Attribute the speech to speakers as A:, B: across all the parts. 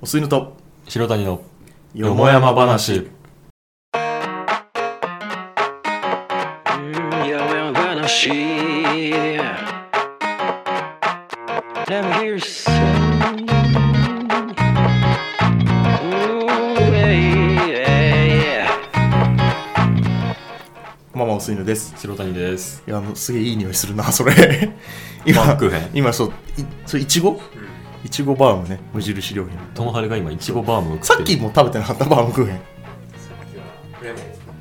A: お吸いのと
B: 白谷の
A: よもやま話
C: 夢の話 Let me hear you sing Ooh, yeah, yeah.
A: ママお吸いのです
B: 白谷です
A: いやあのすげえいい匂いするなそれ 今
B: バウムクーヘン
A: 今そういそれいちごいちごバームね無印良品
B: 友春が今いちごバームを
A: さ
B: 食
A: っ
B: って
A: き
B: る
A: も食べてなかったバームクーヘン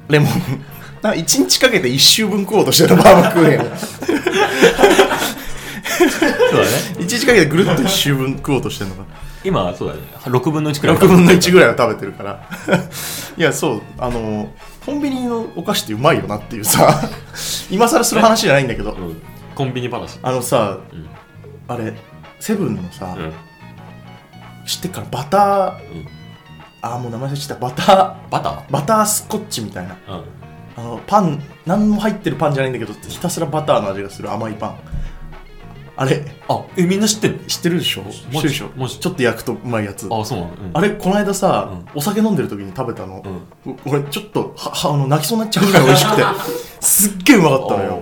A: レモン なんか1日かけて1周分食おうとしてたバームクーヘンを
B: そうだね
A: 1日かけてぐるっと1周分食おうとしてるのか
B: 今そうだね6分の1くらい
A: 6分の1ぐらいは食べてるから いやそうあのコンビニのお菓子ってうまいよなっていうさ今更する話じゃないんだけど
B: うんコンビニ話
A: あのさ、
B: うん
A: あれセブンのさ、
B: うん
A: 知ってっからバター、
B: うん
A: ああもう名前忘れちゃったバタ
B: バタ
A: ーバタースコッチみたいな
B: ーうん
A: あのパン何も入ってるパンじゃないんだけどひたすらバターの味がする甘いパンあれ
B: あえみんな知ってん
A: 知ってるでしょ知ってるでしょ
B: もし
A: ちょっと焼くとうまいやつ
B: のあそうなのうん
A: あれこの間さ、お酒飲んでる時に食べたの、う俺ちょっとははあの泣きそうになっちゃうぐらい美味 しくてすっげえうまかったのよ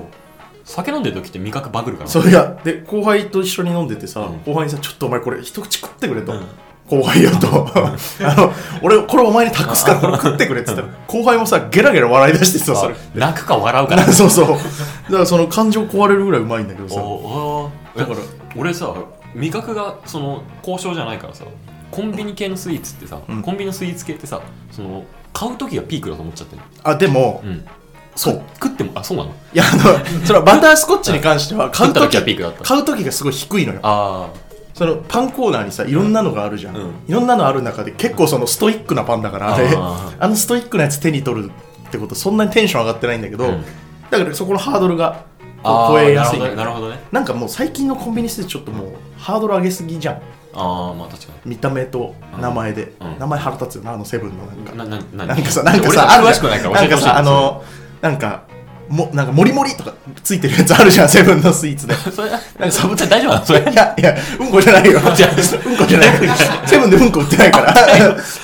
B: 酒飲んでる時って味覚バグるから
A: そういやで後輩と一緒に飲んでてさ、
B: うん
A: 後輩にさ「ちょっとお前これ一口食ってくれと」
B: うん
A: 後輩よと あの俺これお前に託すからこれ食ってくれっつったら後輩もさゲラゲラ笑い出してさそれ
B: あ泣くか笑うから
A: そうそうだからその感情壊れるぐらいうまいんだけどさ
B: おお
A: だから
B: 俺さ味覚がその交渉じゃないからさコンビニ系のスイーツってさ、
A: うん
B: コンビニのスイーツ系ってさその買う時がピークだと思っちゃってる、
A: あでも、
B: うん、
A: そう
B: 食ってもあそうなの
A: いやあのそれはバタースコッチに関しては買う
B: 食った
A: 時
B: 時はピークだった
A: 買う時がすごい低いのよ
B: あ
A: そのパンコーナーにさいろんなのがあるじゃん、
B: うん
A: いろんなのある中で結構そのストイックなパンだからあれ
B: あ
A: あのストイックなやつ手に取るってことそんなにテンション上がってないんだけど、
B: うん
A: だからそこのハードルが
B: あ
A: 超えやすい
B: なるほどねなるほどね
A: なんかもう最近のコンビニってちょっともうハードル上げすぎじゃん
B: ああまあ確か
A: 見た目と名前で、
B: うんうん
A: 名前腹立つよなあのセブンのなんか
B: になな な
A: なんかさ、なんかさ、
B: 俺
A: ある
B: 詳しくないか
A: な
B: ら教
A: ん
B: えて
A: か
B: ほしいん
A: さ、あの、なんか、も、なんか、もりもりとかついてるやつあるじゃん、セブンのスイー ツで。
B: それなん
A: なんかサブ
B: か大丈夫なのそれ
A: いや、いや、うんこじゃ ないよ。うんこ
B: じ
A: じ
B: ゃ
A: ゃ
B: あ
A: ない。セブンでうんこ売ってないから。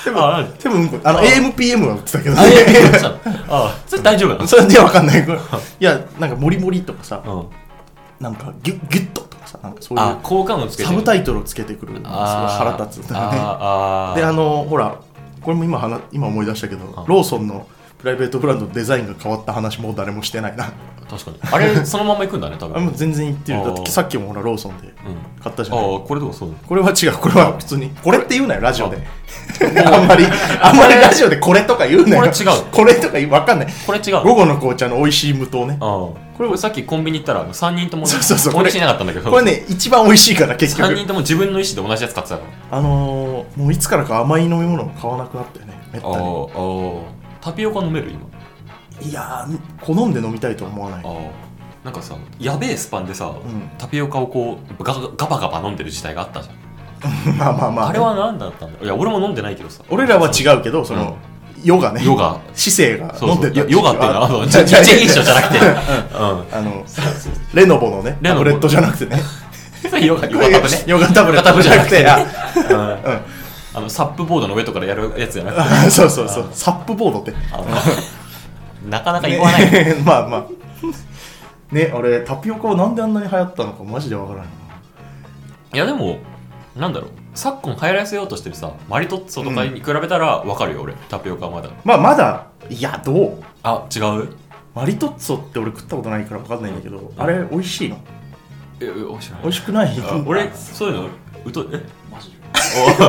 B: でもあ
A: セブンうんこ、あの、
B: あ
A: AMPM は売ってたけど
B: あいやいやいや
A: ね。
B: あそれ大丈夫なの
A: それでわかんない。これいや、なんか、もりもりとかさ、
B: うん
A: なんか、ぎゅ、ぎゅっととかさ、なんかそうい
B: あ
A: う、
B: 効果音つけて
A: サブタイトルをつけてくるのがすごい
B: あー
A: 腹立つんだよね。
B: あーあ
A: で
B: ー
A: あのほらこれも今話今思い出したけど
B: あ
A: ローソンのプライベートブランドのデザインが変わった話もう誰もしてないな
B: 確かにあれそのまま行くんだね多
A: あ
B: 分
A: もう全然言ってるだっ
B: あ
A: て
B: ー
A: さっきもほらローソンで
B: うん
A: 買ったじゃない、
B: ああこれとかそう
A: これは違うこれは 普通にこれって言うなよラジオで
B: あ
A: あんまりあんまりラジオでこれとか言うなよ
B: これ違う
A: これとか言うわかんない
B: これ違うあ
A: 午後の紅茶の美味しい無糖ね
B: あこれさっきコンビニ行ったら3人とも
A: そうそうそう
B: 同じしなかったんだけど
A: これね一番美味しいから結
B: 3
A: 局
B: 人とも自分の意思で同じやつ買ってたから
A: あのー、もういつからか甘い飲み物を買わなくなったよねめっ
B: あ
A: たに
B: ーあータピオカ飲める今
A: いやー好んで飲みたいとは思わない
B: ああなんかさやべえスパンでさ、
A: ん
B: タピオカをこうガガガバガバ飲んでる時代があったじゃん、
A: まあまあまあ、
B: あれは何だったんだいや俺も飲んでないけどさ
A: 俺らは違うけど、その、ヨガね。
B: ヨガ
A: 姿勢が
B: そう
A: 飲ん
B: そう
A: でた。
B: ヨヨガってい うのはあの
A: じゃ
B: 第
A: じゃ
B: 一印象じゃなくてう
A: あの、
B: んそう
A: レノボのね、
B: レ
A: タ
B: ノボ
A: ブレットじゃなくてね。
B: それヨガヨガタブね
A: ヨガタブレットじゃなくて、あ
B: うんあのサップボードの上とかでやるやつじゃなくて
A: あ そうそうそう、サップボードって。
B: あのなかなか言わない、
A: ね まあまあ。ね、あれ、タピオカはなんであんなに流行ったのか、マジでわからない
B: いやでもなんだろう昨今流行らせようとしてるさマリトッツォとかに比べたらわかるよ俺タピオカはまだ
A: まあ、まだ、いや、どう
B: あ違う
A: マリトッツォって俺食ったことないからわかんないんだけど、あれ、美味しいの
B: ええおし
A: 美味しくない
B: あ俺そういうのうと えマジ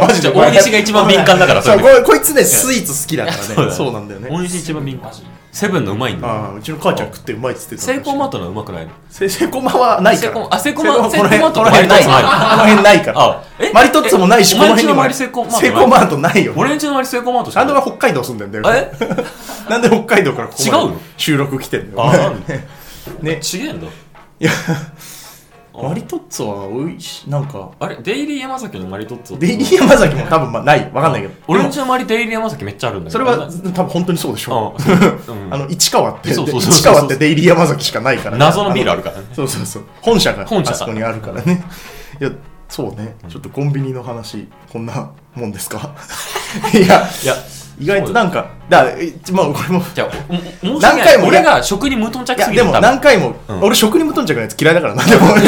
A: マジ
B: じ
A: で
B: ゃあ大西が一番敏感だから
A: そう
B: れ
A: ここいつね、スイーツ好きだからね。
B: そうだね
A: そうなんだよね。
B: 大西一番敏感セブンのうまいんだ
A: ああうちの母ちゃん食ってうまいっつってた
B: セイコーマートのはうまくないの
A: せセイコマはないから
B: セイコーあセイコマ
A: この辺
B: セイコマと
A: この辺ない
B: マリトッツ
A: こ
B: ォもある
A: の辺ないから
B: あえ
A: マリトッツォもないし
B: え
A: この辺にも
B: お前んちの周りセイコーマートない
A: セイコーマートないよ
B: 俺んちの周りセイコーマートしか
A: なんで
B: ない
A: 俺北海道住んでんだよ
B: え
A: なんで北海道からここまで
B: 違うの
A: 収録来てんだよ
B: あなんで
A: ね
B: ちげえんだ
A: いや
B: あ
A: マリトッツォは美味しいなんか
B: あれデイリー山崎のマリトッツォ
A: デイリー山崎も多分まあないわかんないけど
B: 俺ん
A: も
B: ちの周りデイリー山崎めっちゃあるんだけ
A: それ
B: ど
A: は多分本当にそうでしょ
B: あそううん
A: あの市川って
B: そうそうそうそう
A: 市川ってデイリー山崎しかないからね
B: 謎のビールあるからね
A: そうそうそう。本社が
B: 本社
A: あそこにあるからね。いや、そうね、ちょっとコンビニの話こんなもんです かいや
B: いや
A: 意外となんかだからえまあこれも
B: じゃあおお申し訳ない
A: 何回も
B: 俺が食に無頓
A: い
B: 着
A: や
B: すぎ
A: で
B: て
A: も
B: 多分
A: 何回も、
B: うん
A: 俺食に無頓着なやつ嫌いだからなでも
B: バチ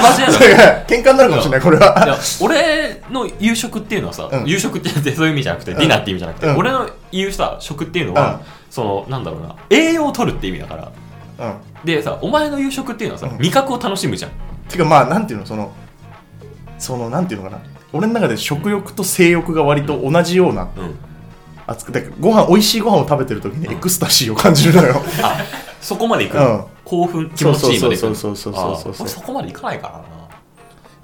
B: バチなんだ
A: それが喧嘩になるかもしれないこれ
B: い
A: は
B: や俺の夕食っていうのはさ、
A: うん
B: 夕食ってそういう意味じゃなくて、ディナーっていう意味じゃなくて、
A: うん
B: 俺の言うさ食っていうの
A: う
B: は、
A: ん
B: そのなんだろうな栄養を取るって意味だから
A: うん
B: でさお前の夕食っていうのはさ、
A: うん
B: 味覚を楽しむじゃん
A: てかまあなんていうのそのそのなんていうのかな俺の中で食欲と性欲が割と同じような
B: うん
A: 扱いだからご飯美味しいご飯を食べてる時にエクスタシーを感じるのよ、
B: あそこまでいく、
A: うん
B: 興奮気持ちいいまでいく
A: そうそうそうそうそうそうそう
B: あー俺そこまでいかないから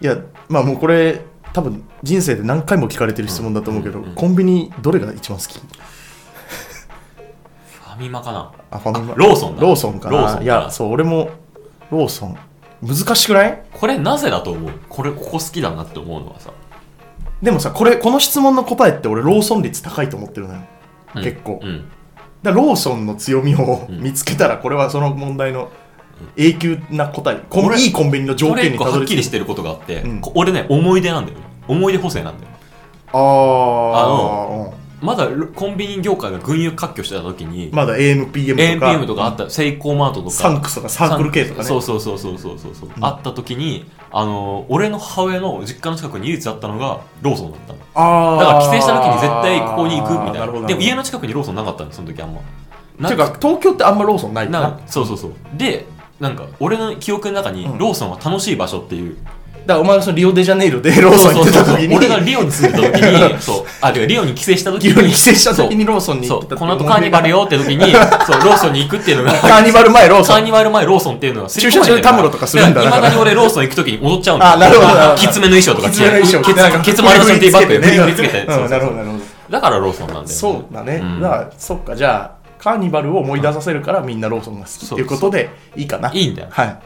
A: いやまあもうこれ多分人生で何回も聞かれてる質問だと思うけど、
B: うんうんうん
A: コンビニどれが一番好き
B: なファミマかな
A: あファミマ
B: あローソンだ
A: ローソンかな
B: ローソンか
A: いやそう俺もローソン難しくない
B: これなぜだと思うこれここ好きだなって思うのはさ、
A: でもさこれこの質問の答えって俺ローソン率高いと思ってるのよ
B: うん
A: 結構
B: うん
A: だからローソンの強みを
B: うん
A: 見つけたらこれはその問題の永久な答え、コン
B: 俺
A: いいコンビニの条
B: 条
A: 件
B: 件
A: に
B: に
A: たど
B: はっ
A: り
B: き
A: 着
B: り
A: い
B: してることがあって、
A: うん
B: こ俺ね思い出なんだよね思い出補正なんだよ
A: ああ、
B: まだロコンビニ業界が群雄割拠してた時に、
A: うんまだ AMPM とか
B: AMPM とかあった、セイコーマートとか
A: サンクスとかサークル系とかね
B: そうそうそうそうそうそうそう、
A: うん
B: あった時にあの俺の母親の実家の近くに唯一あったのがローソンだったのだ
A: あー
B: から帰省した時に絶対ここに行くみたいな
A: るほど
B: でも家
A: な
B: の近くにローソンなかったのその時あんま
A: るほどてか東京ってあんまローソンないよな
B: なそうそうそうでなんか俺の記憶の中に
A: うん
B: ローソンは楽しい場所っていう、
A: だからお前がそのリオデジャネイロでローソン行ってた時に
B: 俺 がリオに住んでた時にそうあてかリオに帰省した時
A: リ
B: に
A: オに帰省した時にローソンに
B: そ
A: 行っ
B: う
A: てた
B: この後カーニバルよって時にそうローソンに行くっていうの が
A: カーニバル前ロー
B: カ
A: ソ
B: ー
A: ン
B: ニバル前ローソンっていうのは
A: 駐車場でたむろとかするんだだ
B: いま
A: から
B: だに俺ローソン行くときに踊っちゃうんだ
A: あなるほどなるほど
B: きつめの衣装とか着
A: き
B: て
A: つめの衣装
B: ケツ
A: なんか
B: ケツ丸のションティーバッグで
A: 振り
B: 振り
A: 振
B: つ
A: り
B: け
A: 付けて
B: て
A: ね
B: そううんそ
A: な
B: う
A: るほ
B: そう
A: どなるほど
B: だからローソンなんだよ
A: そうだね、
B: うん
A: だからそっかじゃあカーニバルを思い出させるからみんなローソンが好きっていうことでいいかない
B: いんだよ
A: はい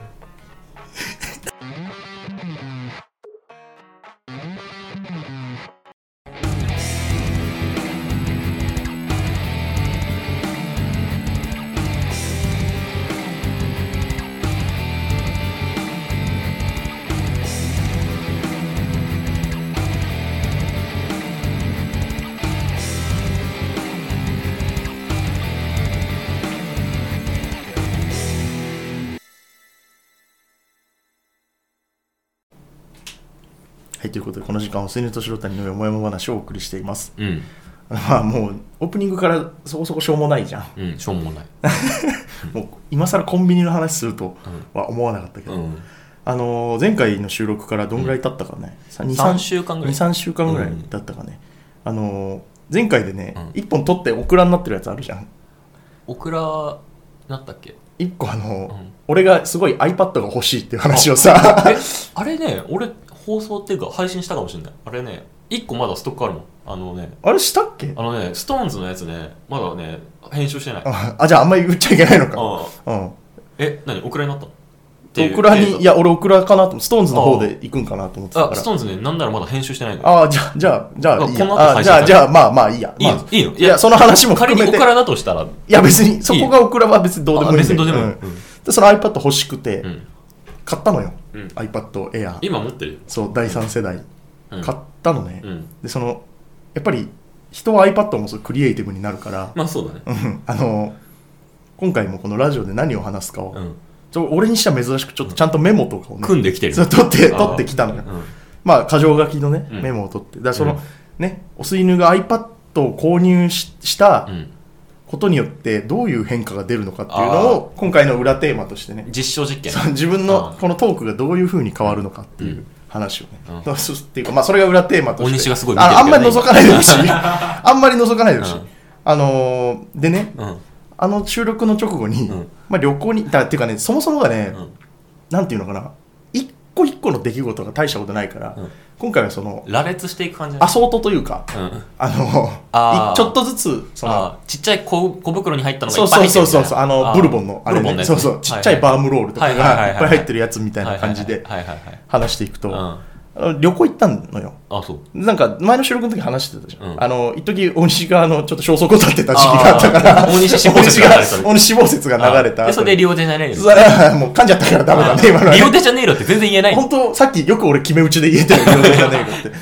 A: はいということでこの時間は水根と白谷のよもやま話をお送りしています
B: うん
A: まあもうオープニングからそこそこしょうもないじゃん
B: うんしょうもない
A: もう今更コンビニの話するとは思わなかったけど、
B: うん
A: あのー前回の収録からどんぐらい経ったかね、三
B: 3週間ぐらい
A: 23週間ぐらいだったかね、あのー前回でね、
B: うん
A: 一1本取ってオクラになってるやつあるじゃん
B: オクラなったっけ
A: 1個あのー
B: うん
A: 俺がすごい iPad が欲しいっていう話をさ
B: えあれね俺放送っていうか配信したかもしれないあれね1個まだストックあるもんあのね
A: あれしたっけ
B: あのねストーンズのやつねまだね編集してない
A: ああじゃああんまり言っちゃいけないのか
B: あ
A: うん
B: え何オクラになったのってい
A: オ
B: う
A: クラに
B: データ
A: いや俺オクラかなと思ってストーンズの方で行くんかなと思ってた
B: あ
A: か
B: ス
A: ら
B: トーンズねなんならまだ編集してないのよ
A: ああじゃあじゃあじゃあいい
B: この後
A: やあ
B: 配信
A: じゃ
B: さ
A: あ
B: れる
A: じゃあまあまあいいや
B: いいの
A: まあ
B: いいのい
A: いやその話も含
B: 仮
A: め
B: に
A: て
B: オクラだとしたら
A: いや別にそこがオクラは別にどうでもいいんで
B: あ別にどうでもいい
A: んでその iPad 欲しくて、
B: うんうん
A: 買ったのよ、
B: うん
A: iPad Air
B: 今持ってるよ
A: そう第3世代、
B: うん
A: 買ったのね、
B: うん
A: でそのやっぱり人は iPad もそうクリエイティブになるから、
B: まあそうだね
A: うんあの今回もこのラジオで何を話すかを、
B: うん
A: ちょ俺にしては珍しくちょっとちゃんとメモとかをね、
B: 組んできてる
A: そう取って
B: あー
A: 取ってきたのよ、
B: うん
A: まあ箇条書きのね、
B: うん
A: メモを取ってだからその、
B: うん
A: ねお吸い犬が iPad を購入しした
B: うん
A: ことによってどういう変化が出るのかっていうのを今回の裏テーマとしてね
B: 実証実験
A: そう自分
B: あ
A: の
B: ー
A: このトークがどういうふうに変わるのかっていううん話をね、
B: うん
A: だからそうっていうか、まあ、それが裏テーマとして
B: 大西がすごい見てるけ
A: ああ
B: ど
A: ん
B: ね
A: まり覗かないでほしいあんまり覗かないでほしい、
B: うん
A: あのーでね
B: うん
A: あの収録の直後に、
B: うん
A: まあ、旅行にだっていうかねそもそもがね、
B: うん
A: なんていうのかな一個一個の出来事が大したことないから、
B: うん
A: 今回はその
B: 羅列していく感じだ
A: ア
B: ね
A: ソートというか
B: うん
A: あの
B: あー
A: いちょっとずつその
B: あーちっちゃい小小袋に入ったのが
A: そ
B: いうっぱ
A: そう
B: い入っ
A: そ
B: てる
A: う
B: み
A: そ
B: たいうな
A: そうあのブルボンのあれ
B: ブルボン
A: ね
B: やつ
A: そうそうちっちゃいバームロールとかが
B: はいはいはいは
A: い
B: い
A: っぱい入ってるやつみたいな感じ
B: は
A: で
B: いはいはいはい
A: 話していく
B: う
A: と
B: ん
A: あの旅行行ったのよ
B: あそう
A: なんか前の収録の時話してたじゃん、
B: うん
A: あの一時大西があのちょっと消息を絶ってた時期があったから
B: あー大西死亡説が流
A: 大
B: れた
A: 西が大西死亡説が流れた
B: あでそれでリオデジャネイロ
A: それもう噛んじゃったからダメだね今のはね
B: リオデジャネイロって全然言えない
A: 本当さっきよく俺決め打ちで言えたよリオデジャネイロってうん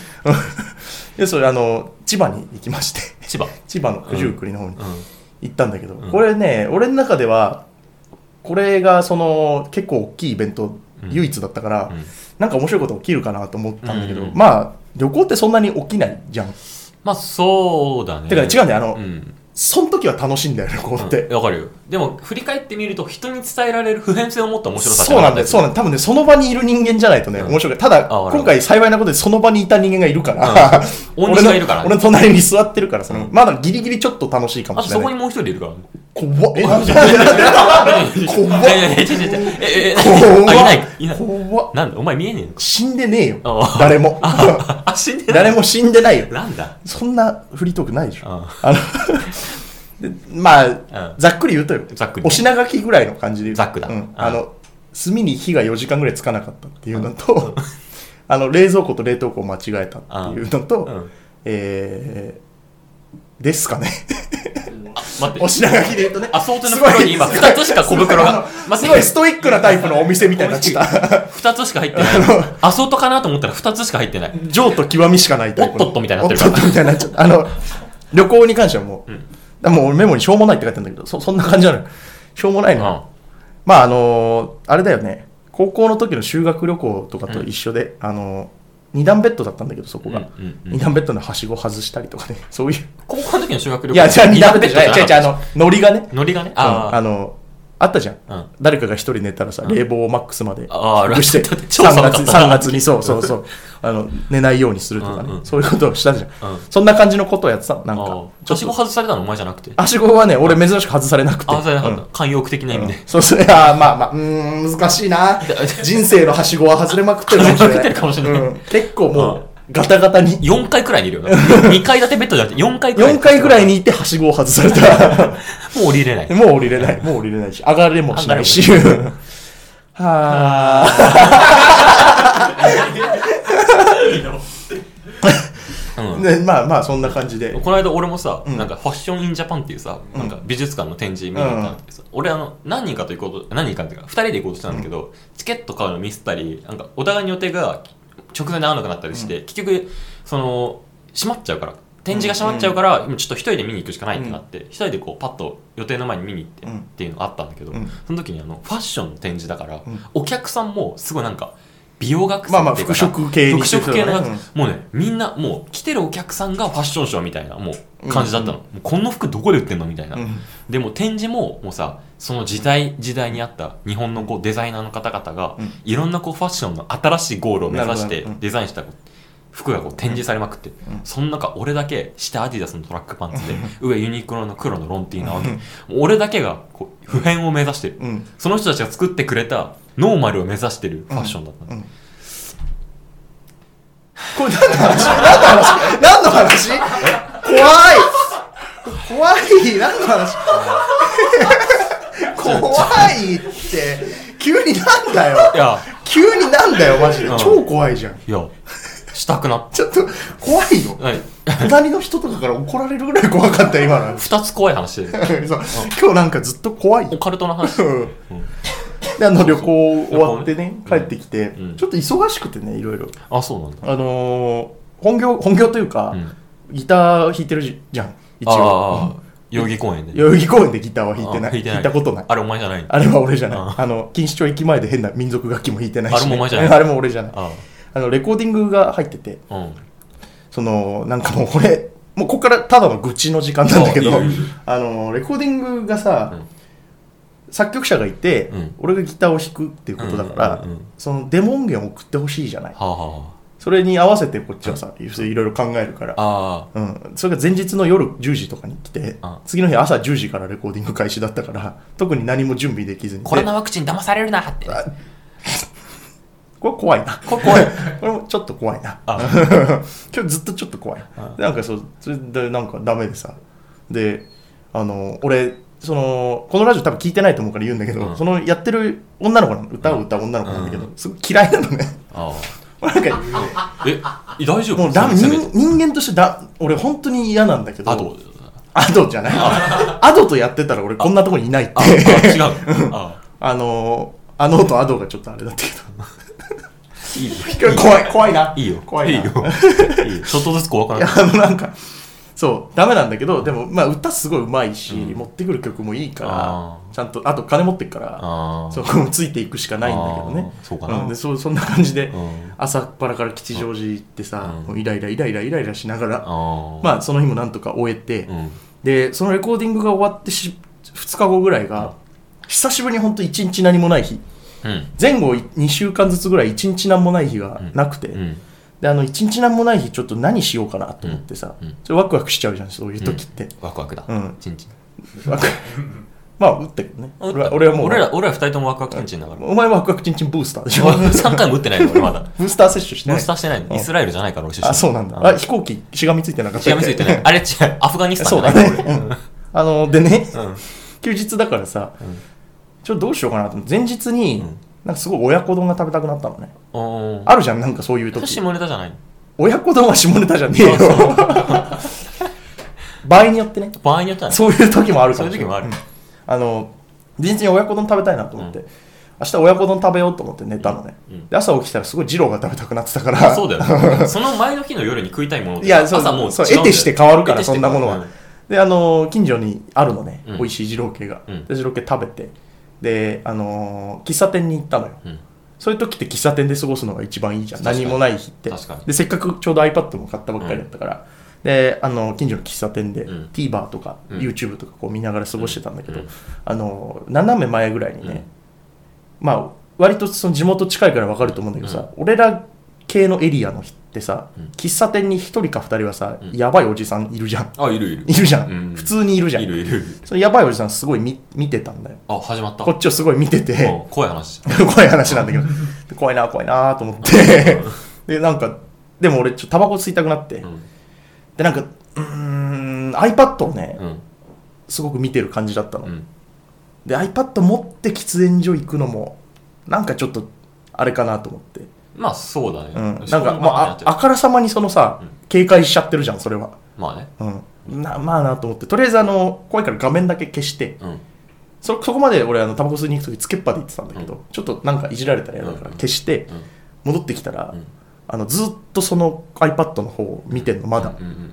A: でそれあの千葉に行きまして
B: 千葉
A: 千葉の九十九里の方に
B: うん
A: 行ったんだけど、
B: うん
A: これね俺の中ではこれがその結構大きいイベント
B: うん
A: 唯一だったから、
B: うん
A: なんか面白いこと起きるかなと思ったんだけど、
B: うん
A: まあ旅行ってそんなに起きないじゃん、
B: まあそうだね
A: てかね違うんだよあの、
B: うん
A: その時は楽しいんだよ旅行って、
B: うんわかるよでも振り返ってみると人に伝えられる普遍性を持った面白さ
A: そうなんだよ、そう
B: なん
A: なんだよ多分ね、その場にいる人間じゃないとね、
B: うん
A: 面白い。ただ、
B: あわかる
A: 今回幸いなことでその場にいた人間がいるから、
B: うん大
A: 俺
B: 西
A: の
B: がいるからね
A: 俺の隣に座ってるから、その、
B: うん
A: まだギリギリちょっと楽しいかも
B: あと
A: しれ
B: そ
A: な
B: こ
A: い
B: に。もう一人いるからね
A: 怖っ。え、なんでなんで怖っ
B: いやいやいや違う違う違うえええ
A: 怖っ
B: あいないいない
A: 怖っ。
B: なんだお前見えねえのか
A: 死んでねえよ
B: あ。
A: 誰も。
B: ああ死んでない
A: 誰も死んでないよ。
B: なんだ
A: そんなフリートークないでしょ。
B: あ
A: あのでまあ
B: う、ん
A: ざっくり言うとよ。
B: ざっくりね
A: お品書きぐらいの感じで言う。
B: ざっくだ
A: うん。
B: あ
A: あの、炭に火が4時間ぐらいつかなかったっていうのと、 あの、冷蔵庫と冷凍庫を間違えたっていうの
B: う
A: と、
B: ん
A: えーです かね。
B: あ待って
A: お品書きで言うとね。
B: あ想定の袋に今
A: すごい
B: 2つしか小袋が
A: すごいあの
B: 待
A: す
B: って
A: ごいストイックなタイプのお店みたいになっちゃった。
B: 2つしか入ってないアソートかなと思ったら2つしか入ってない
A: 上と極みしかないタイプの。
B: おっとっとみたいになってる
A: おっとっとみたいになっちゃった。あの、旅行に関してはもう、
B: うん
A: だからもう俺メモにしょうもないって書いてあるんだけど、そそんな感じなのよ。しょうもないのよ。まああのあれだよね高校の時の修学旅行とかと一緒で、あの二段ベッドだったんだけどそこが、
B: うんうんうん
A: 二段ベッドのはしご外したりとかねそういう
B: 高校の時の修学旅行
A: いやじゃあ二段ベッドじゃない
B: じ
A: 違
B: ゃ
A: う違うあのノリがね
B: ノリがね
A: あ,、
B: あ
A: うん、
B: ー
A: あのあったじゃん、
B: うん
A: 誰かが一人寝たらさ、
B: うん
A: 冷房をマックスまで
B: あー
A: 低くして
B: だ
A: 3
B: って超寒かった
A: 月 ,3 月にそうそう そうあの寝ないようにするとかね、
B: うんうん
A: そういうことをしたじゃん、
B: うん
A: そんな感じのことをやってたのなんか
B: あー
A: ちょ
B: は
A: っ
B: しご
A: と
B: 外されたのお前じゃなくて
A: はしごはね俺珍しく外されなくて
B: あ外されなかった
A: うん
B: 慣用句的な意味で
A: そうそういやまあまあうーん難しい な人生のはしごは外れまくってるかもしれない
B: 外れまくってるかもしれない
A: うん結構もうガタガタに
B: 4回くらいにいるよな2階建てベッドじゃなくて4階くらい
A: 4回ぐらいにいてはしごを外され た
B: もう降 りれない
A: もう降りれないもう降りれないし上がれもしないしはあ
B: うん
A: でまあまあそんな感じで
B: この間俺もさ、
A: ん
B: なんかファッション・イン・ジャパンっていうさ、なんか美術館の展示見に行ったんだけどさ、俺あの何人かと行こうと何人かっていうか2人で行こうとしたんだけど、チケット買うのミスったりなんかお互いに予定が直前で合わなくなったりして、結局その閉まっちゃうから展示が閉まっちゃうから、今ちょっと一人で見に行くしかないってなって、一人でこうパッと予定の前に見に行って
A: うん
B: っていうのがあったんだけど、
A: うん
B: その時にあのファッションの展示だから、
A: うん
B: お客さんもすごいなんか美容学生
A: まあまあ
B: っていうかな
A: 服飾系に
B: 服飾系の
A: う
B: や
A: ん
B: つもうねみんなもう来てるお客さんがファッションショーみたいなもう感じだったの、もうこんな服どこで売ってんのみたいな、
A: うん
B: でも展示ももうさその時代時代にあった日本のこうデザイナーの方々が、
A: うん
B: いろんなこうファッションの新しいゴールを目指し
A: なる
B: て
A: ほどうん
B: デザインした服がこう展示されまくって、
A: うん
B: その中俺だけ下アディダスのトラックパンツで上ユニクロの黒のロンティーなわけ、もう俺だけがこう普遍を目指してる、
A: うん
B: その人たちが作ってくれたノーマルを目指してるファッションだったの、
A: うんこれ何の話何の話何の話怖い怖い何の話怖いって急になんだよ
B: いや
A: 急になんだよマジで
B: うん
A: 超怖いじゃん
B: いやしたくなっ
A: ちょっと怖いよ
B: はい、
A: 隣の人とかから怒られるぐらい怖かったよ今の
B: 2つ怖い話で
A: そう今日なんかずっと怖い
B: オ
A: よ
B: カルトの話
A: うん
B: うん
A: であの旅行終わってね
B: 旅
A: 帰
B: 行ね
A: ってきて
B: うん
A: ちょっと忙しくてねいろいろ
B: あそうなんだ
A: あのー本業本業というか、
B: うん
A: ギター弾いてるじじゃん一応
B: ああ代々木公園で
A: 代々木公園でギターは弾いてない
B: あ
A: 弾いたことない
B: あれお前じゃない
A: あれは俺じゃないあ
B: あ
A: の錦糸町駅前で変な民族楽器も弾いてないし、
B: あれもお前じゃない
A: あれも俺じゃないあ
B: あ
A: のレコーディングが入ってて
B: あうん
A: そのなんかもう俺もうここからただの愚痴の時間なんだけど
B: あいいよいいよ
A: あのレコーディングがさ、
B: うん
A: 作曲者がいて、
B: うん
A: 俺がギターを弾くっていうことだから、
B: うんうんうん
A: そのデモ音源を送ってほしいじゃない
B: はあは
A: それに合わせてこっちはさ、いろいろ考えるから
B: ああ
A: うん、それが前日の夜10時とかに来て
B: あ
A: 次の日朝10時からレコーディング開始だったから特に何も準備できずに
B: あコロ
A: で
B: ナワクチン騙されるなって
A: あこれ怖いな
B: これ怖い
A: これもちょっと怖いな
B: あ
A: 今日ずっとちょっと怖い
B: あ
A: でなんかそうそれでなんかダメでさであの俺そのこのラジオ多分聞いてないと思うから言うんだけど、
B: うん
A: そのやってる女の子なの歌を歌う女の子なんだけど、
B: う
A: すごい嫌いなのね
B: ああ
A: なんか
B: え大丈夫
A: もうだ
B: 攻め
A: 人
B: て
A: 人間としてだ俺本当に嫌なんだけど
B: あと
A: アドじゃないアドとやってたら俺こんなとこにいないって
B: ああ違う あ
A: あのー、あのとアドがちょっとあれだったけ
B: いいよ
A: ど怖い 怖いない
B: いよ
A: 怖い
B: い
A: ない
B: よいいよちょっとずつ怖く
A: い
B: な
A: や
B: っ
A: あのなんかそうダメなんだけどでもまあ歌すごいうまいし、持ってくる曲もいいか
B: あ
A: らちゃんとあと金持ってっから
B: あ
A: そこもついていくしかないんだけどね
B: あーそうかなん
A: でそそんな感じで、
B: うん
A: 朝っぱらから吉祥寺行ってさ、
B: うん
A: もうイライライライライライラしながら、
B: あ
A: まあその日もなんとか終えて、
B: うん
A: でそのレコーディングが終わってし2日後ぐらいが、久しぶりに本当1日何もない日
B: うん
A: 前後2週間ずつぐらい1日何もない日がなくて、
B: うん
A: であの1日何もない日ちょっと何しようかなと思ってさ、
B: うんう
A: ち
B: ん
A: ょっとワクワクしちゃうじゃんそういう時って、
B: ワクワクだ
A: うん
B: チンチン
A: ワク まあ打ってるね
B: あ打った
A: 俺は俺はもう
B: 俺ら俺ら二人ともワクワクチンチンだから
A: お前はワクワクチンチンブースターでしょ
B: 俺 三回も打ってないの俺まだ
A: ブースター接種してな
B: モン
A: い
B: スターしてないのイスラエルじゃないから俺出身
A: あそうなんだあ飛行機しがみついてなかった
B: しがみついてない あれ違うアフガニスタ
A: そ
B: ン
A: う
B: じゃ
A: だ
B: ない
A: ね、うんあのでね、
B: 俺うん
A: 休日だからさ、ちょっとどうしようかなと思って前日に、
B: うん
A: なんかすごい親子丼が食べたくなったのね
B: おー
A: あるじゃんなんかそういう
B: 私
A: 時
B: 下ネタじゃない
A: 親子丼は下ネタじゃねえよ 場合によってね
B: 場合によってはね
A: そういう時もあるか
B: そうい
A: もし
B: う時
A: れ
B: も
A: な
B: あ
A: い
B: る
A: うんあの前日に親子丼食べたいなと思って、明日親子丼食べようと思って寝たのね、
B: うん
A: で朝起きたらすごい二郎が食べたくなってたから
B: そうだ よその前の日の夜に食いたいものって
A: いやそう
B: 朝もう
A: そう
B: 違うんだよ
A: 得てして変わるから
B: 得てして
A: そんなものは
B: うん
A: であの近所にあるのね、
B: うん
A: 美味しい二郎系が、
B: うん
A: で二郎系食べてであの喫茶店に行ったのよ、
B: うん
A: そういう時って喫茶店で過ごすのが一番いいじゃん
B: 確かに
A: 何もない日って
B: 確かに
A: でせっかくちょうど iPad も買ったばっかりだったから、であの近所の喫茶店で
B: うん
A: TVer とか
B: うん
A: YouTube とかこう見ながら過ごしてたんだけど、
B: うん
A: あの斜め前ぐらいにね、まあ割とその地元近いから分かると思うんだけどさ、俺ら系のエリアの人ってさ、
B: うん
A: 喫茶店に1人か2人はさ、
B: うん
A: やばいおじさんいるじゃん
B: あいるいる
A: いるじゃん、
B: うん
A: 普通にいるじゃん
B: いるいる
A: そのやばいおじさんすごい見見てたんだよ
B: あ始まった
A: こっちをすごい見てて、
B: うん怖い話
A: 怖い話なんだけ どで怖いな怖いなと思ってでなんかでも俺ちょっとタバコ吸いたくなって、
B: うん
A: でなんかうーん iPad をね、
B: うん
A: すごく見てる感じだったの、
B: うん
A: で iPad 持って喫煙所行くのもなんかちょっとあれかなと思って、
B: まあそうだね
A: うん、なん
B: 正面
A: か
B: から
A: もうあ
B: ね
A: あからさまにそのさ、
B: うん
A: 警戒しちゃってるじゃんそれは、
B: まあね
A: うん、なまあなと思ってとりあえずあの怖いから画面だけ消して、
B: うん
A: そそこまで俺あのタバコ吸いに行く時つけっぱで行ってたんだけど、ちょっとなんかいじられたら嫌だから
B: うん
A: 消して
B: うん
A: 戻ってきたら、
B: うん
A: あのずっとその iPad の方を見てんのまだ、
B: うんうん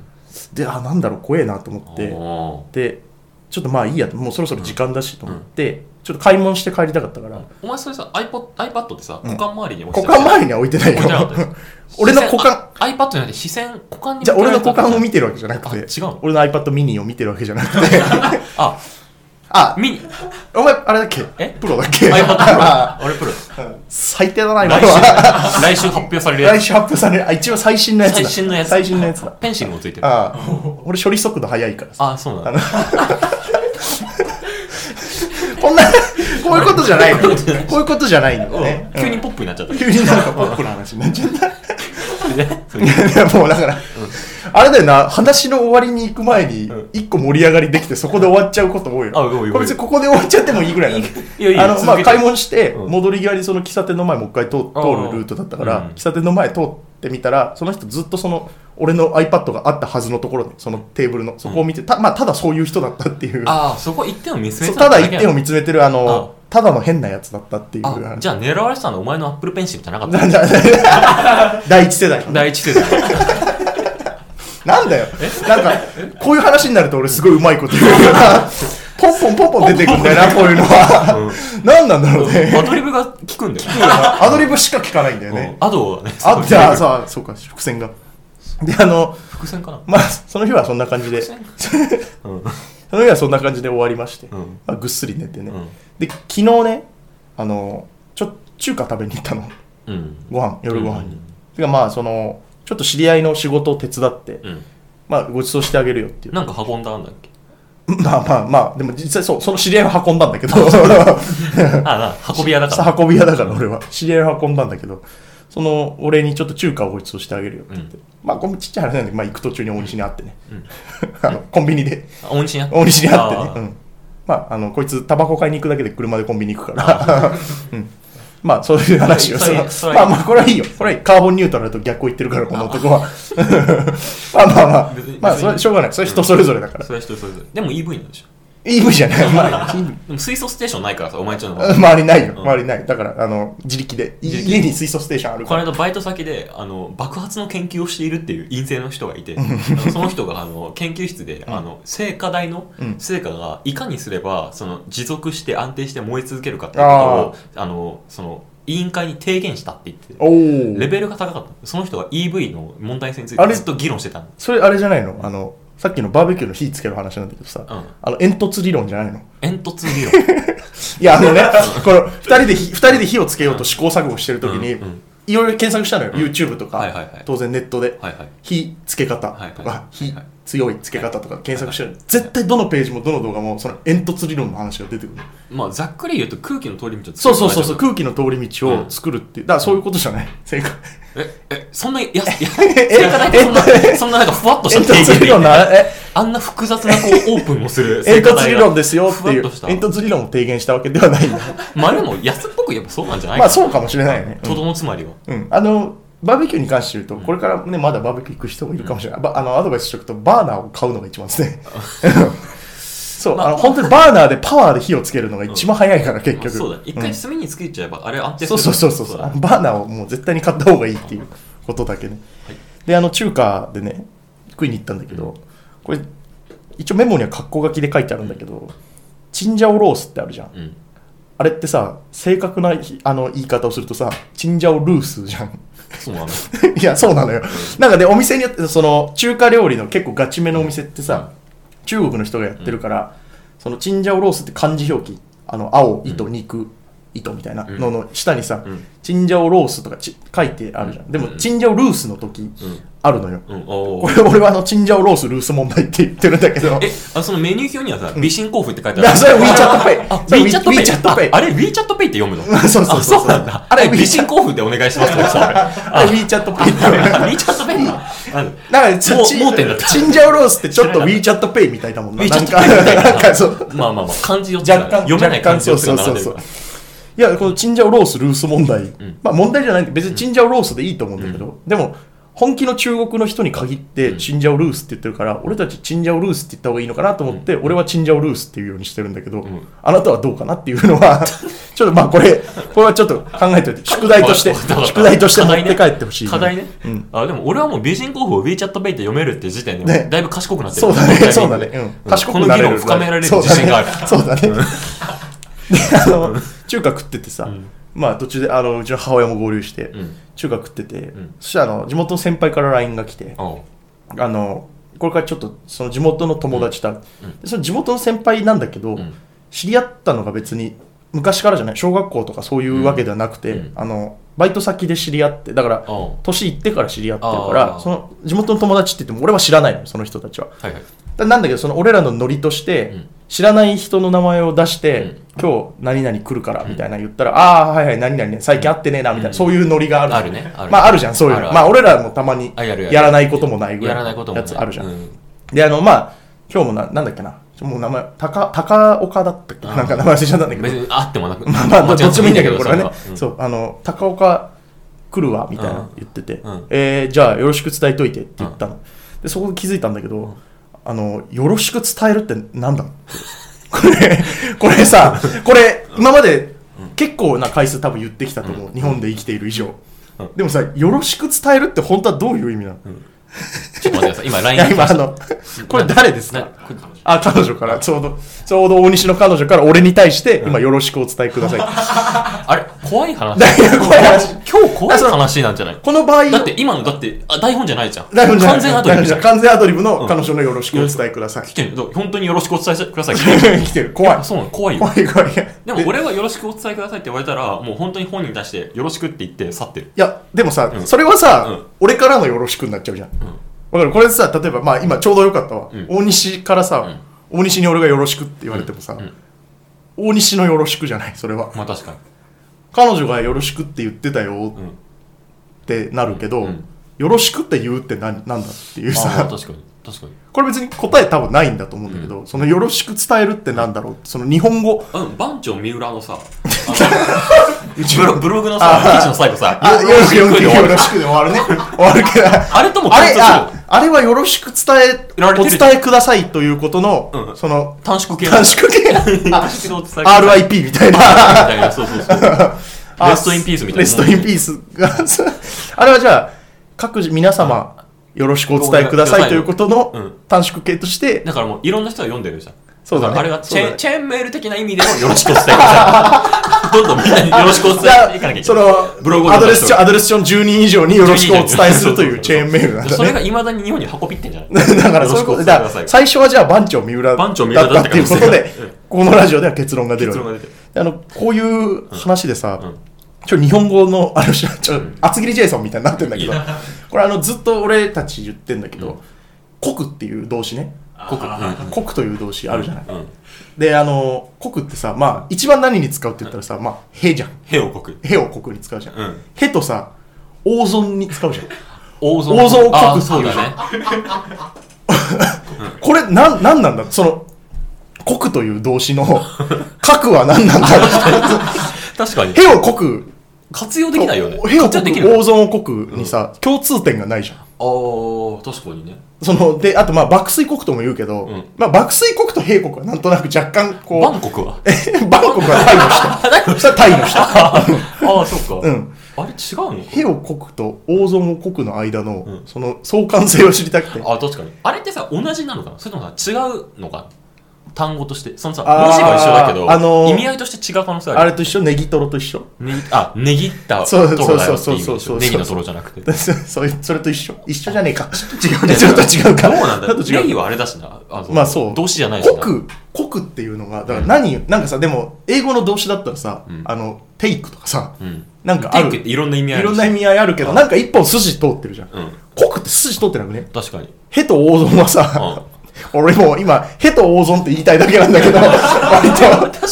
A: であなんだろう怖えなと思っ
B: お
A: て
B: ー
A: でちょっとまあいいやともうそろそろ時間だしと思って、ちょっと買い物して帰りたかったから、
B: お前それさ iPod, iPad ってさ
A: うん
B: 股間周りに置
A: 股間周り
B: に
A: には置いてないよ
B: 置いてなかったよ
A: 俺の股間
B: 視線あ iPad じゃなくて視線股間に
A: じゃあ俺の股間を見
B: て
A: てるわけじゃなくて
B: あ違うの
A: 俺の iPad ミニを見てるわけじゃなく て
B: あ
A: あ
B: ミニ
A: お前あれだっけ
B: え
A: プロだっけ
B: iPad プロ
A: あ
B: あれプロ
A: 最低だな今
B: 来
A: の
B: 週
A: は
B: 来週発表されるや
A: 来
B: つ
A: 週発表されるあ一応最新のやつだ
B: 最新のやつ
A: 最新のやつだ
B: ペンシルもついてる
A: ああ俺処理速度速いからさ
B: あそうなんだ
A: こんなこういうことじゃないのこういうことじゃないのね、
B: 急にポップにな っちゃった
A: 急になんかポップな話になっちゃった
B: ねそれで
A: いやもうだから、あれだよな話の終わりに行く前に一個盛り上がりできてそこで終わっちゃうこと多いよ、
B: あ多い多い
A: これ別にここで終わっちゃってもいいぐらいなの
B: いやいいよ
A: あの、
B: 続
A: まあ、
B: けて
A: 買い物して
B: うん
A: 戻り際にその喫茶店の前もう一回通通るルートだったから、
B: うん
A: 喫茶店の前通ってみたらその人ずっとその俺の iPad があったはずのところにそのテーブルのそこを見て、たまあ、ただそういう人だったっていう
B: ああそこ一点を見据え
A: そう
B: て
A: ただ一点を
B: 見
A: 見つめてるあのただの変なやつだったっていう
B: あじゃあ狙われてたのお前のアップルペンシルじゃなかった
A: 第一世代
B: 第一世代
A: なんだよなんかこういう話になると俺すごいうまいこと言うからポンポンポンポン出てくんだよなこういうのは何なんだろうね
B: アドリブが効 くんだよ
A: アドリブしか聞かないんだよ
B: うん
A: ね
B: アドはね
A: あじゃあさそうか伏線がであの
B: 伏線かな
A: まあその日はそんな感じで
B: 伏
A: そ
B: 線うん
A: の日はそんな感じで終わりまして
B: うん
A: まあぐっすり寝てね
B: うん
A: で昨日ねあのちょ中華食べに行ったの
B: うん
A: ご飯夜ご飯
B: う
A: に
B: ん。
A: てかまあそのちょっと知り合いの仕事を手伝って、
B: うん
A: まあご馳走してあげるよっていう。
B: なんか運んだんだっけ
A: まあまあまあでも実際そうその知り合いを運んだんだけど
B: あな運び屋だから
A: 運び屋だから俺は知り合いを運んだんだけどその俺にちょっと中華をご馳走してあげるよって言って、
B: うん
A: まあこんちっちゃい話なんで、まあ、行く途中に大西に会ってね、
B: うん
A: あのコンビニで
B: 大西にあ
A: 大西に会ってね
B: あ
A: うんまああのこいつタバコ買いに行くだけで車でコンビニ行くから、うん、まあ、そういう話を
B: それ
A: その
B: それ
A: まあまあ、これはいいよ。これはいいカーボンニュートラルと逆を言ってるから、この男 は。まあまあまあ
B: 別に、
A: まあ、それはしょうがない。それは人それぞれだから
B: そ。れは人それぞれでも EV なんでしょ
A: EV じゃない。まあ、EV
B: でも水素ステーションないからさお前んち の
A: 周りないよ。
B: うん
A: 周りない。だから、あの、自力で。い
B: 自力で
A: 家に水素ステーションある
B: こ
A: か
B: の
A: ら。
B: 間バイト先であの爆発の研究をしているっていう陰性の人がいてあのその人があの研究室で、
A: うん
B: あの成果台の
A: うん
B: 成果がいかにすればその持続して安定して燃え続けるかっていうことをあのその委員会に提言したって言ってて
A: お
B: レ
A: お。
B: ベルが高かったその人が EV の問題性についてずっと議論してたの
A: それ、あれじゃないのあの、さっきのバーベキューの火つける話なんだけどさ、
B: うん
A: あの、煙突理論じゃないの
B: 煙突理 論
A: いや、あ のね、この、二人で火、二人で火をつけようと試行錯誤してるときに
B: うんうん、
A: いろいろ検索したのよ。YouTube と
B: はいはいは
A: か
B: い、
A: 当然ネットで。
B: はいはい
A: 火つけ方
B: はい
A: と
B: はい
A: か、火
B: はい
A: 強いつけ方とか検索してる。絶対どのページもどの動画も、その煙突理論の話が出てくる。
B: まあざっくり言うと空気の通り道を
A: そうそうそうそう、
B: 作る
A: 空気の通り道を作るっていう。だからそういうことじゃない。 正解。
B: ええそんなやや成果台ってそんなそんななんかふわっとし
A: 煙
B: た
A: 突理論の、え、
B: あんな複雑なこうオープンをする
A: 煙突理論ですよって
B: ふわ
A: い
B: っ
A: う
B: とした。
A: 煙突理論を提言したわけではないんだ。
B: まあでも安っぽく言えばそうなんじゃない
A: まあそうかもしれないよね。
B: とどのつまりは
A: うん。あの、バーベキューに関して言うと、これからね、まだバーベキュー行く人もいるかもしれない。ばあの、アドバイスしておくと、バーナーを買うのが一番です ね。そう、あの、本当にバーナーでパワーで火をつけるのが一番早いから、結
B: まあ
A: 局。
B: そうだ一
A: ん
B: 回炭につけちゃえばあれ安定す
A: そう
B: る
A: そうそうそう
B: だ
A: あのバーナーをもう絶対に買った方がいいっていうことだけね、
B: はい
A: であの中華でね食いに行ったんだけどこれ一応メモには格好書きで書いてあるんだけどチンジャオロースってあるじゃん
B: うん
A: あれってさ正確なあの言い方をするとさチンジャオルースじゃん
B: そうなの
A: いやそうなのよなんかでお店によってその中華料理の結構ガチめのお店ってさ中国の人がやってるから、そのチンジャオロースって漢字表記あの青糸肉糸みたいなのの下にさ、
B: うん
A: チンジャオロースとかち書いてあるじゃん、
B: うん
A: でも、
B: うん
A: チンジャオルースの時あるのよ、
B: うんうんお
A: こ
B: ー
A: れ俺はあのチンジャオロースルース問題って言ってるんだけど
B: えあそのメニュー表にはさ美神交付って書いて
A: いやそれ WeChat
B: あ
A: Pay
B: あ
A: それ
B: WeChat Pay
A: WeChat Pay
B: ああれ WeChat Pay って読むの
A: そうそうそう
B: あそうなんだ
A: あ
B: あ
A: れ
B: れ美神交付でお願いします
A: あれ WeChat ペイ
B: WeChat Pay なんだ
A: なんかちょ
B: もう
A: チン
B: 盲点だった
A: チンジャオロースってちょっと WeChat ペイみたいだもんな
B: WeChat
A: なんか
B: Pay みたいな
A: なんかそう
B: まあまあまあ漢字4つだ
A: 若
B: か
A: 干
B: ら読めない漢字4つが並んで
A: そう
B: る
A: そうそういやこのチンジャオロースルース問題、
B: ん
A: まあ問題じゃないんで別にチンジャオロースでいいと思うんだけど、でも本気の中国の人に限ってチンジャオルースって言ってるから、俺たちチンジャオルースって言った方がいいのかなと思って、俺はチンジャオルースっていうようにしてるんだけど、
B: ん
A: あなたはどうかなっていうのは ちょっとまあこれこれはちょっと考えておいて宿題として
B: わかったわかった
A: 宿題として持って帰ってほしい、
B: 課題ね、
A: うん
B: あでも俺はもう美人候補を WeChat ペイって読めるって時点で、
A: ね
B: だいぶ賢くなってる
A: そうだ ねそうだね、うん、賢
B: こ
A: く
B: の
A: な
B: 議
A: れ
B: 論を
A: る
B: 深められる自信がある
A: そうだねそうだねであの中華食っててさ、まあ途中であのうちの母親も合流して、
B: うん
A: 中華食ってて、
B: ん
A: そしたらあの地元の先輩から LINE が来て、
B: お う
A: あのこれからちょっとその地元の友達と会う、でその地元の先輩なんだけど、
B: ん
A: 知り合ったのが別に昔からじゃない小学校とかそういうわけではなくて、
B: うんうん
A: あのバイト先で知り合ってだから
B: おう
A: 年いってから知り合ってるから
B: あー
A: その地元の友達って言っても俺は知らないのその人たちは
B: はいはい
A: だなんだけどその俺らのノリとして、
B: うん
A: 知らない人の名前を出して、
B: うん
A: 今日何々来るからみたいな言ったら、ああはいはい何々ね最近会ってねえなみたいな、
B: うん
A: そういうノリがある
B: あるねある
A: まああるじゃんそういうの
B: あるある
A: まあ俺らもたまに
B: あやるやる
A: らないこともないぐら
B: や
A: い
B: らないことも
A: やつあるじゃん、
B: うん
A: であのまあ今日もななんだっけなちょもう名前高高岡だったっけ
B: あー
A: なんか名前忘れちゃったんだけど
B: 別にあってもなく
A: まあまあ、どっちもいいんだけど、こ
B: そ
A: れはね。
B: うん
A: そう、あの、高岡来るわ、みたいな言ってて
B: うん、
A: えーじゃあよろしく伝えといてって言ったの。で、そこで気づいたんだけど、あの、よろしく伝えるってなんだってこれ、 これさ、これ、今まで結構な回数多分言ってきたと思う。日本で生きている以上
B: うん。
A: でもさ、よろしく伝えるって本当はどういう意味なの
B: ちょっと待ってください 今
A: い
B: LINE
A: や、今、あの、 これ誰です
B: な
A: か
B: これ
A: あ、彼女から、ちょうど、ちょうど大西の彼女から俺に対して、今、よろしくお伝えくださいって。
B: あれ怖い話
A: だいや 怖い話
B: 今日怖い話なんじゃない
A: この場合、
B: だって今のだってあ台本じゃないじゃん
A: 台本じゃない
B: 完全アドリブじゃん
A: 完全アドリブの彼女のよろしくお伝えください。
B: 来てる本当によろしくお伝えしてください
A: 来てる。怖い。
B: そうなの怖いよ
A: 怖い怖い。
B: でも俺はよろしくお伝えくださいって言われたら、もう本当に本人に対してよろしくって言って去ってる。
A: いや、でもさ
B: う、ん
A: それは
B: う
A: さ
B: ん、
A: 俺からのよろしくになっちゃうじゃん。わかるこれさ、例えば、まあ今ちょうどよかったわ
B: うん。
A: 大西からさ、大西に俺がよろしくって言われてもさ
B: んうん、
A: 大西のよろしくじゃない、それは。
B: まあ確かに。
A: 彼女がよろしくって言ってたよ
B: うん。
A: ってなるけど
B: うん、
A: よろしくって言うって何なんだっていう
B: ああ、
A: さ、
B: 確かに。確かに。
A: これ別に答え多分ないんだと思うんだけど、そのよろしく伝えるってなんだろうその日本語、
B: あの、番長三浦のさ、あブロブログのさ、記事の最後さ、
A: あ、よろしく、よろしく、
B: 終わ
A: よ
B: る
A: ろしくで終わるね。終わるけど。
B: あれとも
A: あ
B: 共
A: れ
B: 通するよ
A: あ、あれはよろしく伝え、
B: ら
A: お
B: れてる
A: 伝えくださいということの、
B: うん
A: その、
B: 短縮系
A: 短縮系
B: 短縮の伝え方
A: RIP みたい
B: み
A: な。
B: たいな、そうそうそう。レストインピースみたいな。
A: レストインピースが、そうあれはじゃあ、各自皆様、よろしくお伝えくださいということ
B: う
A: の
B: ん
A: 短縮系として、
B: だからもういろんな人が読んでるじゃん。
A: そうだね
B: あれはチ
A: そうだ
B: ェ,、
A: ね
B: チェーンメール的な意味でもよろしくお伝えくださ い。どんどんみんなによろしくお伝えしていかなきゃいけない。
A: その
B: ブログを
A: ア
B: 伸
A: ドレ
B: ばし
A: ス
B: と
A: 帳
B: く
A: アドレス帳の10人以上によろしくお伝えするというチェーンメールなんだ
B: それが
A: ね。
B: いまだに日本に運びってんじゃな い
A: だからそういうこ
B: よ
A: と
B: ろしくお伝え
A: だ
B: く
A: か
B: ださ
A: ら
B: い。
A: 最初はじゃあ番長三浦だ
B: 番長三
A: っ
B: 浦
A: た
B: だ
A: っ
B: って
A: ていう
B: 可
A: こ
B: 能
A: と
B: 性が
A: で
B: うん、
A: このラジオでは結論が出るわ
B: 結論
A: け
B: が出てる
A: あのこういう話でさ、
B: うん
A: ちょ日本語のあのちょ厚切りジェイソンみたいになってんだけど
B: いい
A: これあのずっと俺たち言ってんだけ
B: うん
A: ど「国、っていう動詞ね
B: 濃く
A: 「国、という動詞あるじゃない、
B: うんうん。
A: であの「国ってさまあ一番何に使うって言ったらさ「まあ、へ」じゃん
B: へを濃く
A: 「へ」を「国に使うじゃん「
B: うん
A: へ」とさ「大損」に使うじゃん
B: 大損
A: 大損を濃く
B: あーそうだ ね。
A: これなんなんなんだその「国」という動詞の 「核」は何なんだろう
B: 確かに
A: 「。へ」を「国」
B: 活用できないよね。
A: へを
B: 活用でき
A: 国
B: る
A: 大損を国にさ、共通点がないじゃん
B: あー、確かにね。
A: そのであとまあ爆睡国とも言うけど、
B: うん
A: まあ、爆睡国と平国はなんとなく若干こう
B: バンコクは
A: え バンコクはタイの人それはタイの人
B: あ ー、そうか。
A: うん
B: あれ違うの
A: 平を国と大損を国の間の、
B: うん
A: その相関性を知りたくて
B: あ確かにあれってさ同じなのかなそれともさ違うのかな単語としてそのさ
A: あー
B: 文字が一緒だけど、
A: あのー
B: 意味合いとして違う可能性あ
A: あ
B: る
A: れと一緒ネギトロと一緒
B: ねあねぎったト
A: そう
B: ロ
A: そう
B: だ
A: そう
B: よっていう意味
A: そうそうそ
B: でし
A: う
B: ょネギのトロじゃなくて
A: そういうそれと一緒一緒じゃねえか違うね ちょっと違うか
B: どうなんだ
A: ちょっと違
B: ネギ
A: う
B: はあれだしなあ
A: まあそう
B: 動詞じゃないしな
A: 国国っていうのがだから何、なんかさでも英語の動詞だったらさ、
B: うん
A: あのテイクとかさ、
B: うん
A: なんかあ
B: テイ
A: る
B: クっていろんな意味合い
A: いろんな意味
B: 合い
A: 合いあるけど、なんか一本筋通ってるじゃん。
B: うん
A: 国って筋通ってなくね。
B: 確かに
A: へと大損はさ、 俺もう今、へと大損って言いたいだけなん だけど、割
B: 確か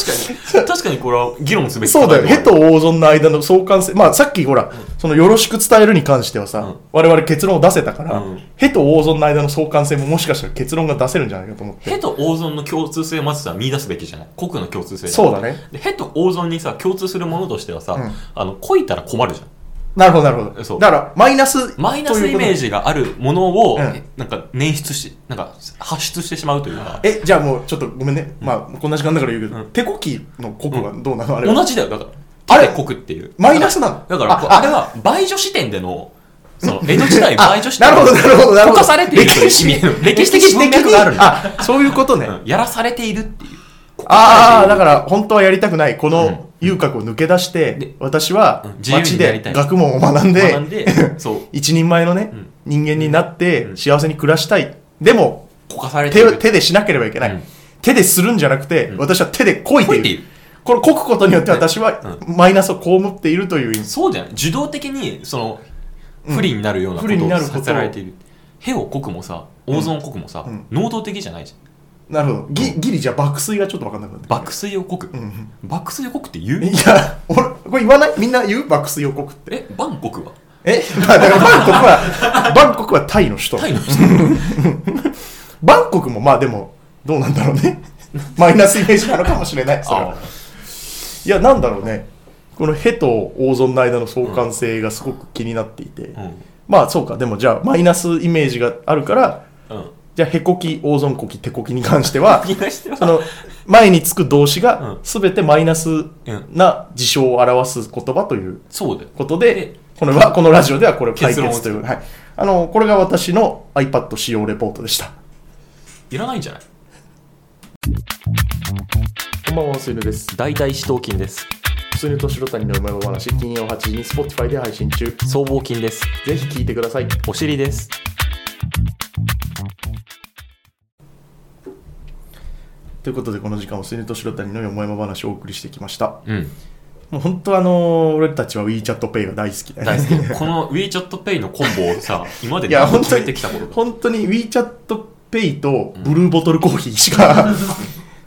B: に確かにこれは議論すべ
A: と。
B: き
A: そうだよ。へと
B: ト
A: 大損の間の相関性。まあさっきほら、そのよろしく伝えるに関してはさ、
B: うん
A: 我々結論を出せたから
B: うん、
A: へ、と大損の間の相関性ももしかしたら結論が出せるんじゃないかと思って。
B: ヘと大損の共通性をまずさ見出すべきじゃない国の共通性
A: そうだね
B: でヘと大損にさ共通するものとしてはさ、
A: うん
B: あのこいたら困るじゃん
A: なるほど、なるほ
B: そ
A: ど。
B: う
A: だから、マイナス。
B: マイナスイメー
A: ジ。
B: ジがあるものを、
A: うん
B: なんか捻出し、なんか発出してしまうというか、
A: え、じゃあもうちょっとごめんね。まあ、こんな時間だから言うけど、
B: うん
A: 手こきの国はどうなの、あれは。
B: 同じだよ、だから。
A: あれ
B: 手でこくっていう。
A: マイナスなの
B: だから、
A: あ
B: あれは、倍女視点での、そ の、江戸時代倍女視点
A: なるほど、なるほど、なるほど。
B: 溶かされているという
A: 歴史
B: 意味の歴史的文脈があるんだ。
A: あ、そういうことね。
B: うんやらされているっていう。。
A: ああ、だからら、本当はやりたくない。こ
B: うん
A: の遊郭を抜け出して、
B: で
A: 私は
B: うん、自由
A: 街
B: にやり
A: で
B: たい
A: 学問を学んで、
B: 学んで、そう、
A: 一人前のね、
B: ん
A: 人間になって、
B: うん
A: 幸せに暮らしたい。でも、
B: こかされてい
A: 手を
B: る。
A: 手でしなければいけない。
B: うん
A: 手でするんじゃなくて、
B: ん
A: 私は手でこい
B: こ
A: て
B: い
A: い
B: て
A: る。
B: いる。
A: このこくことによって私は、マイナスを被っているという意味。
B: そうじゃない受動的に、その、不利になるようなこ
A: 不利
B: と
A: にな
B: を
A: ることを
B: させられている。へをこくもさ、大損をこくもさ
A: うん、
B: 能動的じゃないじゃん。
A: なるほど。ぎギリじゃあ爆睡がちょっとわかんなくなってくる。
B: 爆睡をこく。
A: うん
B: 爆睡をこくって言う
A: いや、俺、これ言わないみんな言う爆睡予告って。
B: え、バンコクは
A: え、 まあ、だからバンコク は、バンコクはタイの首
B: タイ
A: 都。
B: の人
A: バンコクもまあでも、どうなんだろう ね。マイナスイメージなのかもしれない。それは
B: あ
A: いや、なんだろうね。このヘと大損の間の相関性がすごく気になっていて。
B: うん。
A: まあそうか、でもじゃあマイナスイメージがあるから、
B: うん。
A: じゃあへこき、大損こき、手こきに関しては、
B: 気がしては
A: その前につく動詞が
B: うん
A: 全てマイナスな事象を表す言葉という。
B: そうだよ。
A: こと
B: で
A: で、このはこのラジオではこれを解決
B: 結
A: とい
B: 論
A: う、はい、あのこれが私の iPad 使用レポートでした。
B: いらないんじゃない
A: こんばんは、すいぬです。
B: 大体死闘筋です。
A: すいぬと白谷の梅話、金曜8時に Spotify で配信中。ぜ
B: 僧帽筋です。
A: ひ聞いてください。
B: お尻です。
A: ということで、この時間をすいぬと白谷の梅話をお送りしてきました。
B: うん。
A: もう本当あの俺たちは WeChatPay が大好きだ
B: 大
A: ね。
B: 好 き。この WeChatPay のコンボをさ、今まで
A: いや、
B: 何
A: 本
B: 本
A: 当
B: 決
A: に
B: めてきたこと、
A: 本当に WeChatPay とブルーボトルコーヒーし か、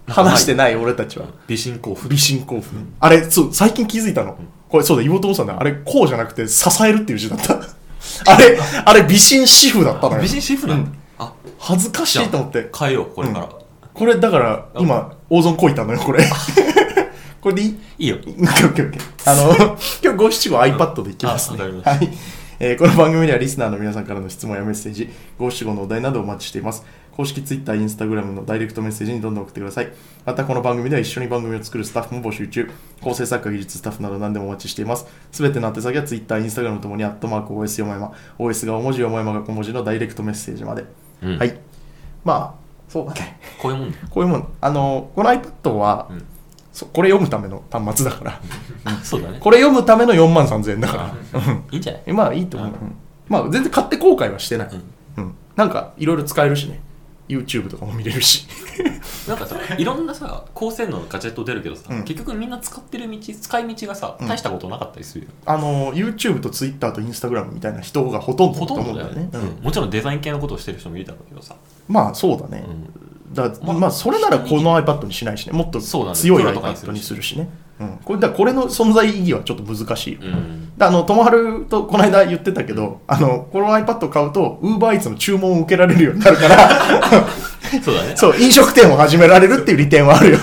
A: 話してない俺たちは。
B: 美人興奮。
A: 美心興奮、あれそう最近気づいたの、これそうだ言おうと思ってたんだあれこうじゃなくて支えるっていう字だった あれあれ美心主婦だったのよ
B: 美人シェフなんだ。あ、
A: 恥ずかしいと思って
B: 変えよう、これから。
A: これだから今大損こいたのよこれ これでいい
B: いいよ。
A: オッケーオッケーオッケーあの、 今日五七五 iPad でいきますね。
B: あわかりました
A: はい。えーこの番組ではリスナーの皆さんからの質問やメッセージ、五七五のお題などをお待ちしています。公式 Twitter、Instagram のダイレクトメッセージにどんどん送ってください。またこの番組では一緒に番組を作るスタッフも募集中。構成作家、技術スタッフなど何でもお待ちしています。すべての宛先は Twitter、Instagram ともに、アットマーク OS よもやま、OS が大文字よもやまが小文字のダイレクトメッセージまで。
B: うん
A: はい。まあ、そうだね。
B: こういうもんだよ。
A: こういうもん、あの、この iPad は、
B: うん
A: そこれ読むための端末だから。
B: あ、そうだね。
A: これ読むための4万3000円だからうん
B: いいんじゃない
A: え。まあいいと思う、
B: うん
A: うんまあ全然買って後悔はしてない、
B: うん
A: うんなんかいろいろ使えるしね YouTube とかも見れるし
B: なんかさ、いろんなさ、高性能のガジェット出るけどさ、
A: うん
B: 結局みんな使ってる道、使い道がさ、
A: うん
B: 大したことなかったりするよ。
A: あの YouTube と Twitter と Instagram みたいな人がほとんどだ
B: ほ
A: と
B: とん
A: 思う
B: ど
A: んだ
B: だ
A: よ
B: よ
A: ね
B: ね、、
A: うん
B: うんもちろんデザイン系のことをしてる人もいるだろうけどさ、
A: まあそうだ
B: う
A: ね、
B: ん
A: だ
B: まあ
A: まあそれならこの iPad にしないしねもっと
B: そうなんだ
A: 強い
B: プロとかにす
A: iPad
B: るし
A: にするしねうん、これだからこれの存在意義はちょっと難しいよ、
B: うん、
A: であの、ともはるとこの間言ってたけど、あの、この iPad を買うと、UberEats の注文を受けられるようになるから、
B: そう だね
A: そう、飲食店を始められるっていう利点は あるよ。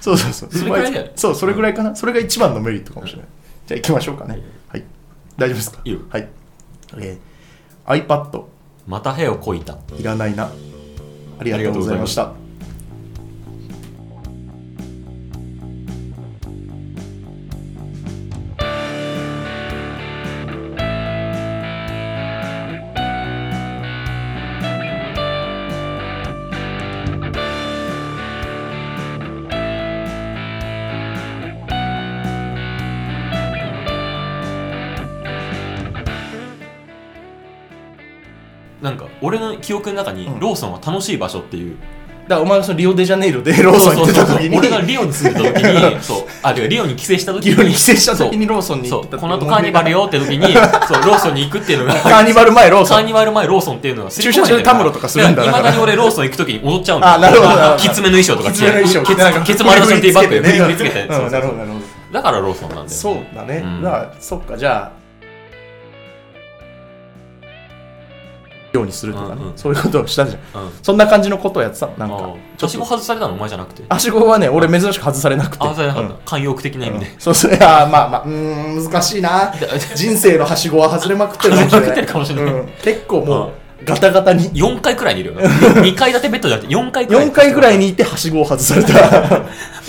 A: そうそうそう。
B: それくらいだよね
A: そう、それぐらいかな。それが一番のメリットかもしれない。じゃあ行きましょうかね。はい。大丈夫ですか
B: いいよ
A: はい。えー iPad
B: また部屋をこいた
A: いらないな。ありがとうございました。
B: なんか俺の記憶の中に
A: うん
B: ローソンは楽しい場所っていう、
A: だからお前がそのリオデジャネイロでローソン行ってた時に、
B: 俺がリオに住んでた時にそうあてかリオに帰省した時
A: リオに帰省した時に
B: そう
A: ローソンに行って
B: そ
A: た
B: うこの後カーニバルよって時 にそうローソンに行くっていうのが
A: カーニバル前ローソ
B: カ
A: ン
B: ー。ニバル前ローソンっていうのが
A: 駐車場でたむろとかするんだ
B: い
A: だか
B: ま
A: ら
B: だに俺ローソン行く時に踊っちゃうんだ
A: あなるほどなるほど
B: きつめの衣装とか着
A: きつ
B: て
A: めの衣装
B: ケツケツ丸のションティーバッグで振り付 けて、
A: うん
B: そうそう
A: なる
B: そ
A: ほど、
B: う
A: なるほど。
B: だからローソンなんだよね
A: そうだね、
B: うん
A: だからそっかじゃあようにするとかね、
B: うんうん
A: そういうことをしたじゃん
B: うん
A: そんな感じのことをやってたなん
B: あ
A: か
B: あはしご外されたのお前じゃなくて
A: はしごはね俺珍しく外されなくて
B: あ、そうやなか
A: う
B: っ
A: ん
B: た。慣用句的な意味で。
A: そうそういやまあまあうーん難しいな人生のはしごは外れまくってるかもしれない
B: 外れまくってるかもしれない
A: うん結構もうガタガタに
B: 4回くらいにいるよな。2階建てベッドじゃなくて4回くらい。
A: 4回ぐらい。にいてはしごを外された
B: も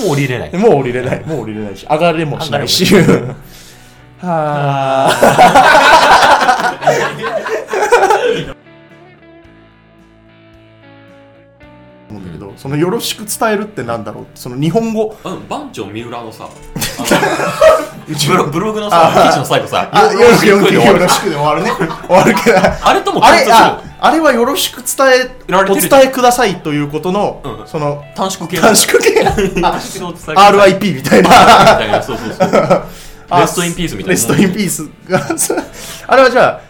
B: う降りれない。
A: もう降りれないもう降りれないし上がれもしないし はあ思うんだけど、そのよろしく伝えるってなんだろうその日本語
B: うん、番長三浦のさ、
A: う
B: ブロブログのさ、記事の最後さ、
A: あよろしくよろしく
B: で終わ
A: よ
B: る
A: ろしくで終わるね終わるけどあ
B: あれとも共通
A: れ
B: するよ。
A: ああれはよろしく伝え
B: られ
A: お
B: てる
A: 伝えくださいということの、
B: うん
A: その
B: 短縮系
A: 短縮 系
B: 短縮を伝える
A: RIP みたい
B: み
A: な
B: たいな。そうそうそう。レストインピースみたいな。
A: レストインピースがあれはじゃあ